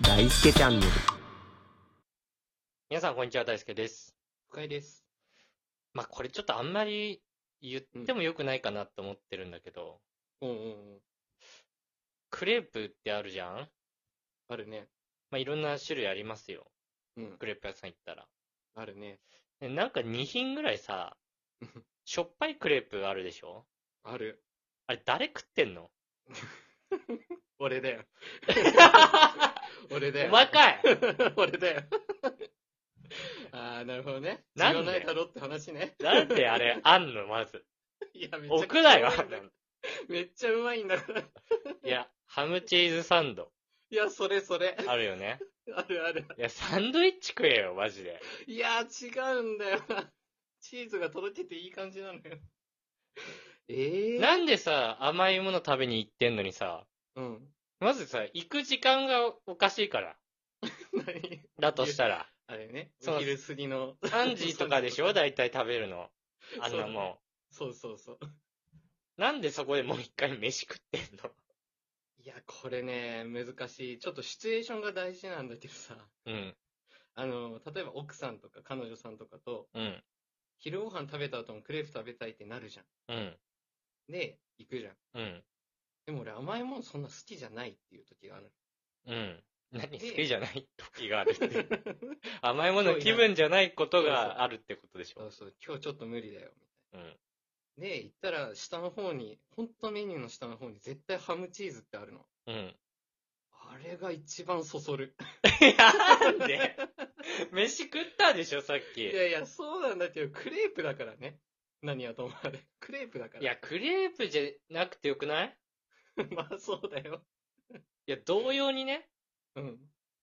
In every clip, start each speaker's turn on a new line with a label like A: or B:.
A: 大輔チャンネル
B: 皆さん、こんにちは。大輔です。
C: 深井です。
B: まあ、これちょっとあんまり言っても良くないかなと思ってるんだけど、
C: うんうんうん。
B: クレープってあるじゃん
C: あるね。
B: まあ、いろんな種類ありますよ。
C: うん。
B: クレープ屋さん行ったら。
C: あるね。
B: でなんか2品ぐらいさ
C: うん、
B: しょっぱいクレープあるでしょ
C: ある。
B: あれ、誰食ってんの
C: 俺だよ。俺だよ。
B: お前 かい
C: 俺だよ。 ああ、なるほどね。
B: なんで
C: 需要ないだろって話ね。
B: なんであれ、あんのまず。
C: いや、めちゃ
B: 置
C: く
B: く
C: ち
B: な
C: ゃ
B: よ、
C: う
B: あ
C: まいん
B: んな
C: だよ
B: の
C: めっちゃうまいんだから。
B: いや、ハムチーズサンド。
C: いや、それそれ。
B: あるよね。
C: あるある。
B: いや、サンドイッチ食えよ、マジで。
C: いやー、違うんだよな。チーズがとろけていい感 じなのよ。ええー。
B: なんでさ、甘いもの食べに行ってんのにさ、
C: うん。
B: まずさ、行く時間がおかしいから。
C: 何
B: だとしたら。
C: あれね。
B: そう
C: お昼過ぎの。
B: 3時とかでし ょ大体食べるの。あん
C: そう
B: な
C: だね
B: も
C: そうそうそう。
B: ん。なんでそこでもう一回飯食ってん
C: いや、これね、難しい。ちょっとシチュエーションが大事なんだけどさ、
B: の
C: あの、例えば奥さんとか彼女さんとかと、
B: うん、うん、
C: 昼ご飯食べた後もクレープ食べたいってなるじゃ
B: うん、
C: ん。で、行くじゃん。
B: うん、
C: でも俺甘いもんそんな好きじゃないっていう 時がある。
B: うん。何
C: で
B: 好きじゃない時があるっていう。 甘いもの
C: そうい
B: 気
C: う
B: 分じゃないことがあるってことでし
C: そ
B: ょ
C: う。そう、今日ちょっと無理だよ。
B: うん。
C: で、行ったら下の方に、ほんとメニューの下の方に絶対ハムチーズってあるの。
B: うん。
C: あれが一番そそる。
B: いや、なんで飯食ったでしょ、さっき。
C: い
B: い
C: やいや、そうなんだけど、クレープだからね。何やと思われ。クレープだから。
B: や、クレープじゃなくてよくない
C: まあそうだよ。
B: いや、同様にね、
C: うん。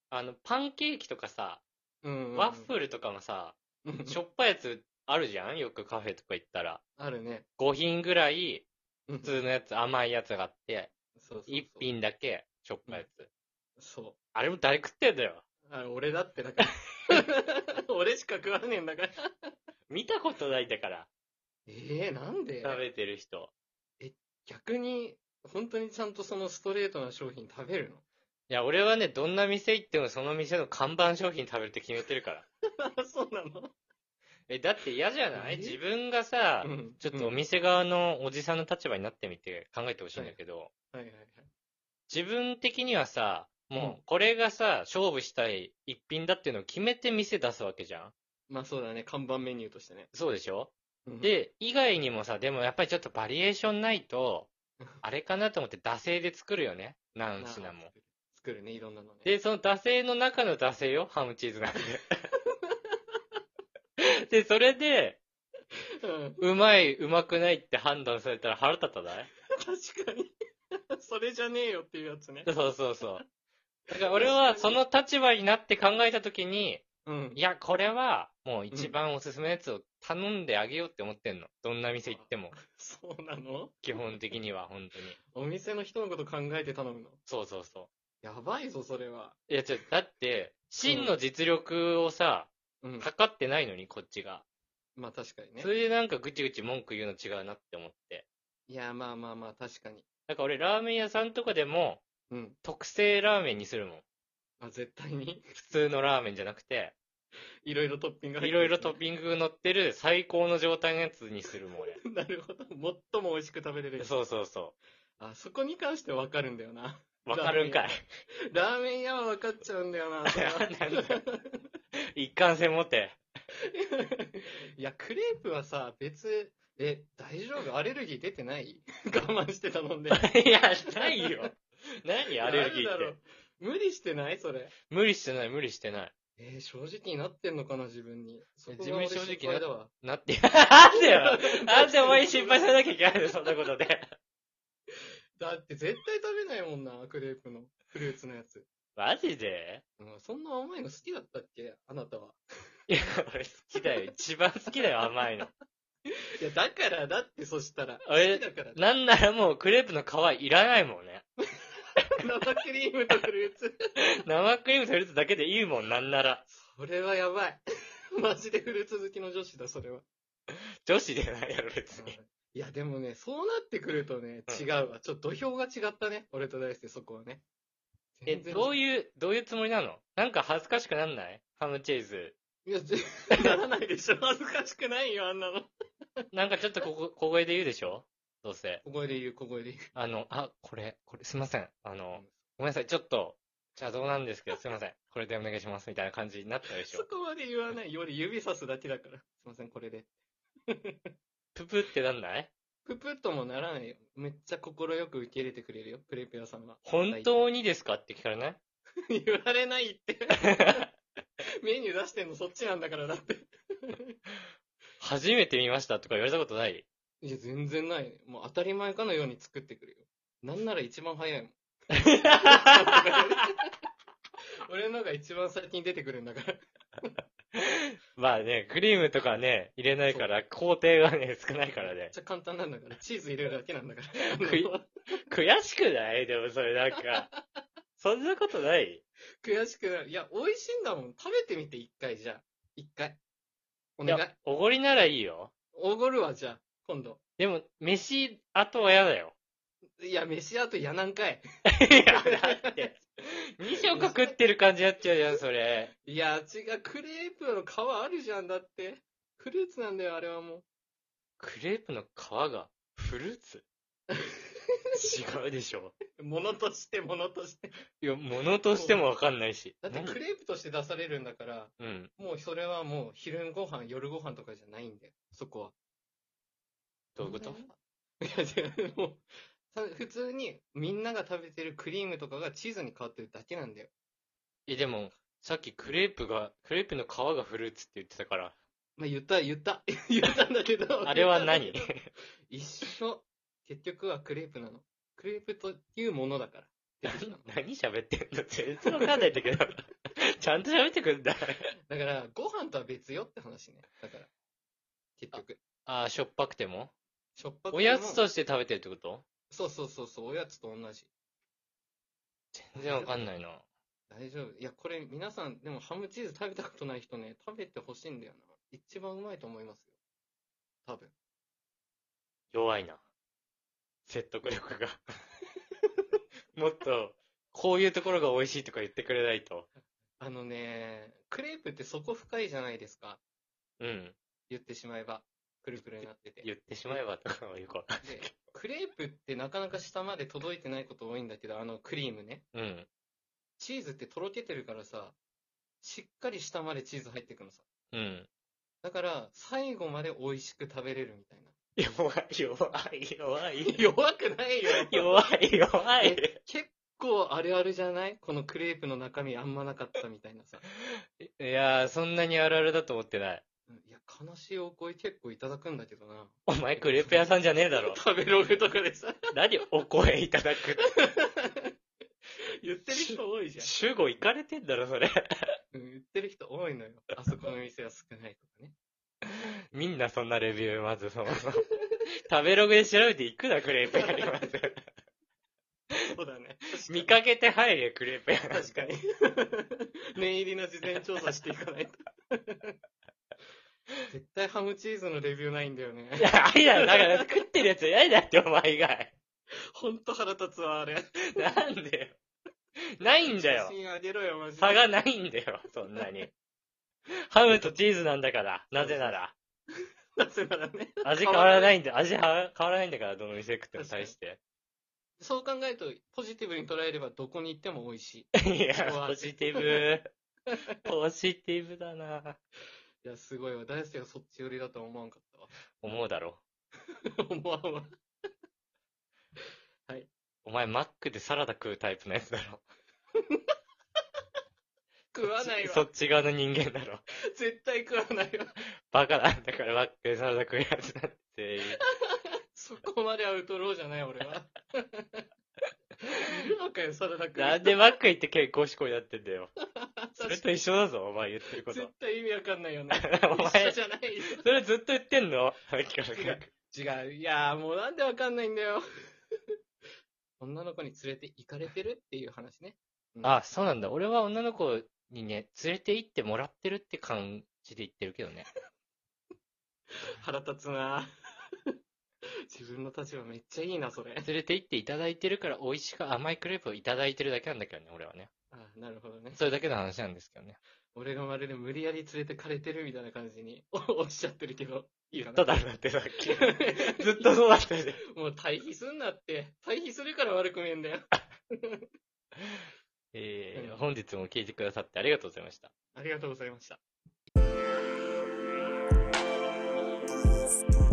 B: あの、パンケーキとかさ、
C: うん。
B: ワッフルとかもさ、
C: ル
B: しょっぱいやつあるじゃんよくカフェとか行ったら。
C: あるね。
B: 5品ぐらい、
C: 普
B: 普通のやつ、甘いやつがあって、
C: そうそうそう
B: 1。品だけ、しょっぱいやつ。
C: そ
B: あれも誰食ってんだよ。
C: う。あ俺だって だから。 俺しか食わねえんだから。
B: 見たことないんだから、
C: ええなんで
B: 食べてる人。
C: 逆に、本当にちゃんとそのストレートな商品食べるの
B: いや、俺はね、どんな店行ってもその店の看板商品食べるって決めてるから。
C: そうなの
B: え、だって嫌じゃない
C: え
B: 自分がさ、
C: うん
B: ちょっとお
C: うん
B: 店側のおじさんの立場になってみて考えてほしいんだけど、
C: はいはいはい。
B: 自分的にはさ、
C: う
B: もう、これがさ、勝負したい一品だっていうのを決めて店出すわけじゃん
C: まあそうだね、看板メニューとしてね。
B: そうでしょ
C: うん、
B: で、以外にもさ、でもやっぱりちょっとバリエーションないと
C: うん、
B: あれかなと思って惰性で作るよね。
C: な
B: 何
C: あ
B: 品も。。
C: 作るね、いろんなのね。
B: で、その惰性の中の惰性よ、ハムチーズ なんで。で、それで、
C: うん、
B: うまい、うまくないって判断されたら腹立たない
C: 確かに。 それじゃねえよっていうやつね。
B: そうそうそう。だから俺はその立場になって考えたときに、
C: うん
B: い。や、これはもう一番おすすめのやつを頼んであげようって思ってんの。どんな店行って も。
C: そうなの
B: 基本的には、本当に。
C: お店の人のこと考えて頼むの。
B: そうそうそう。
C: やばいぞ、それは。
B: いや、ちょ、だって、真の実力をさ、
C: うん。
B: 測ってないのに、こっちが。
C: まあ確かにね
B: そ。れでなんかぐちぐち文句言うの違うなって思って。
C: いや、まあまあまあ、確かに。
B: だから俺、ラーメン屋さんとかでも、
C: うん。
B: 特製ラーメンにするもん。
C: あ、絶対に。
B: 普通のラーメンじゃなくて、
C: いろいろトッピング入
B: い
C: って
B: ろい
C: る
B: ろトッピングが乗ってる最高の状態のやつにするもん、俺。
C: なるほど。最も美味しく食べれる。
B: そうそうそ
C: あ、そこに関してはわかるんだよな。
B: う。わかるんかい。
C: ラーメン屋はわかっちゃうんだよな、それは
B: なんだよ一貫性持って。
C: いや、クレープはさ、別、え、大丈夫アレルギー出てない我慢して頼 んで。
B: いや、ないよ。何アレルギ
C: あ
B: ーっ
C: るだろ
B: て
C: う。。無理してないそれ。
B: 無理してない、無理してない。
C: えー正直になってんのかな、自分に。そこが
B: 自分に正直
C: 俺心配だわ。
B: な って、なんでよなんでお前に心配されなきゃいけないのそんなことで。
C: だって絶対食べないもんな、クレープの。フルーツのやつ。
B: マジで
C: うんそんな甘いの好きだったっけあなたは。
B: いや、俺好きだよ。一番好きだよ、甘いの。
C: いや、だからだって、そしたら。
B: あれ
C: 好きだから。
B: なんならもうクレープの皮いらないもんね。
C: 生クリームとフルーツ。
B: 生クリームとフルーツだけでいいもん、なんなら。
C: それはやばい。 マジでフルーツ好きの女子だ、それは。
B: 女子でないやろ、別に。
C: いや、でもね、そうなってくるとね
B: う、ん
C: 違うわ。ちょっと土俵が違ったね。俺と大輔、そこはね。
B: え、
C: 全然
B: どういう、どういうつもりなのなんか恥ずかしくなんないハムチーズ。
C: いや、全然ならないでしょ。恥ずかしくないよ、あんなの。
B: なんかちょっとここ、小声で言うでしょどうせ。
C: 小声で言う、小声で言う。
B: あの、あ、これ、これ、すいません。あの、ごめんなさい、ちょっと、邪道なんですけど、すいません。これでお願いします、みたいな感じになったでし
C: そ
B: ょ。
C: こまで言わない。より指さすだけだから。すいません、これで。
B: ププってなんない
C: ぷぷっともならないよ。めっちゃ快く受け入れてくれるよ、クレープ屋さんは。
B: 本当にですかって聞かれない
C: 言われない って。メニュー出してんのそっちなんだから、だって。
B: 初めて見ましたとか言われたことない
C: いや、全然ない、ね。もう当たり前かのように作ってくるよ。なんなら一 番早いもん。俺のが一番先に出てくるんだから。
B: まあね、クリームとかね、入れないから、工程がね、少ないから
C: めっ
B: ね。
C: ちゃ簡単なんだから。チーズ入れるだけなんだから。
B: 食い悔しくないでもそれなん か。そんなことない
C: 悔しくなる。いや、美味しいんだもん。食べてみて、一回じゃあ。一回。お
B: い
C: 願い。
B: や、おごりならいいよ。
C: おごるわ、じゃあ。今度。
B: でも、飯、後は嫌だよ。
C: いや、飯後やなんかい。
B: いや、だ って、2食食ってる感じになっちゃうじゃん、それ。
C: いや、違う。クレープの皮あるじゃんだって。フルーツなんだよ、あれはもう。
B: クレープの皮がフルー ツ違うでしょ。
C: 物として、物として。
B: いや、物としてもわかんないし。
C: だってクレープとして出されるんだから、
B: 何うん。
C: もうそれはもう昼ご飯、夜ご飯とかじゃないんだよ。そこは。
B: どういうこと
C: いや、違う。もう、た普通にみんなが食べてるクリームとかがチーズに変わってるだけなんだよ。
B: え、でも、さっきクレープが、クレープの皮がフルーツって言ってたから、
C: まあ、言った、言った。 言ったんだけど。
B: あれは何
C: 言ったんだけど一緒。結局はクレープなの。クレープというものだ から。出てきたの
B: 何喋ってんの全然わかんないんだけ ど。ちゃんと喋ってくんだ。
C: だから、ご飯とは別よって話ね。だから。結局。
B: あー、しょっぱくても
C: しょっぱくても
B: おやつとして食べてるってこと
C: そうそうそうそう、おやつと同じ。
B: 全然わかんないな。
C: 大丈夫。いや、これ皆さん、でもハムチーズ食べたことない人ね、食べてほしいんだよな。一番うまいと思いますよ。多分。
B: 弱いな。説得力 が。もっと、こういうところが美味しいとか言ってくれないと。
C: あのね、クレープってそこ深いじゃないですか。
B: うん。
C: 言ってしまえば。くるくるになってて。
B: 言ってしまえばとかはよくわかん
C: で、クレープってなかなか下まで届いてないこと多いんだけど、あのクリームね。
B: ない。うん。
C: チーズってとろけてるからさ、しっかり下までチーズ入ってくのさ。
B: うん。
C: だから、最後まで美味しく食べれるみたいな。
B: 弱い、弱い、弱い。
C: 弱くないよ
B: 弱い、弱い。
C: 結構あるあるじゃないこのクレープの中身あんまなかったみたいなさ。
B: いやー、そんなにあるあるだと思ってない。
C: うんいや、悲しいお声結構いただくんだけどな。。
B: お前クレープ屋さんじゃねえだろ
C: 食べログとか でさ、
B: 何お声いただくって。
C: 言ってる人多いじゃ
B: 主語いかれてんだろ、それ。
C: ん。うん言ってる人多いのよ。あそこの店は少ないとかね。
B: みんなそんなレビュー、まずそもそも。食べログで調べていくな、クレープ屋にまず。
C: そうだね。
B: 見かけて入れ、クレープ屋。
C: 確かに。 念入りな事前調査していかないと。 絶対ハムチーズのレビューないんだよね。
B: いや、ありだよ。だから食ってるやついないだって、お前以外。
C: ほんと腹立つわ、あれ。
B: なんでよ。ないんだよ
C: 写。真あげろよ、マジで。
B: 差がないんだよ、そんなに。ハムとチーズなんだから、なぜなら。
C: なぜならね。
B: 味変わらないんだ、味は変わらないんだから、どの店食っても対して。
C: そう考えると、ポジティブに捉えればどこに行っても美味しい。
B: いや、
C: 怖い
B: ポジティブ。ポジティブだな。
C: いや、すごいわ。大輔がそっち寄りだとは思わんかっ
B: 思うだろ。
C: たわ。 思わんわ。
B: お前、マックでサラダ食うタイプのやつだろ。
C: 食わない
B: そ
C: わ。
B: っち側の人間だろ。
C: 絶対食わないわ。
B: バカなんだから、マックでサラダ食うやつなんて全員。
C: そこまでアウトローじゃない、俺は。いるのかよ、サラダ君。
B: なんでマック行って健康志向になってんだよ。それ
C: 確か
B: と一緒だぞ、お前言ってるこ
C: に
B: と
C: 絶。対意味わかんないよね。
B: お
C: 一緒
B: 前、
C: じゃないよ。
B: それずっと言ってんのさっき から。
C: 違う。いやーもうなんでわかんないんだよ。 女の子に連れて行かれてるっていう話ね。
B: あ、そうなんだ。俺は女の子にね、連れて行ってもらってるって 感じで言ってるけどね。
C: 腹立つな 自分の立場めっちゃいいな、それ。
B: 連れて行っていただいてるから、美味しく甘いクレープをいただいてるだけなんだけどね、俺はね。
C: あなるほどね。
B: それだけの話なんですけどね。
C: 俺がまるで無理やり連れてかれてるみたいな感じに おっしゃってるけど。
B: 言っただろだってさっ き。ずっ とそうだったよね。
C: もう退避すんなって。退避するから悪く見えんだよ。
B: え
C: う
B: ー、
C: ん
B: 本日も聞いてくださってありがとうございました。
C: ありがとうございました。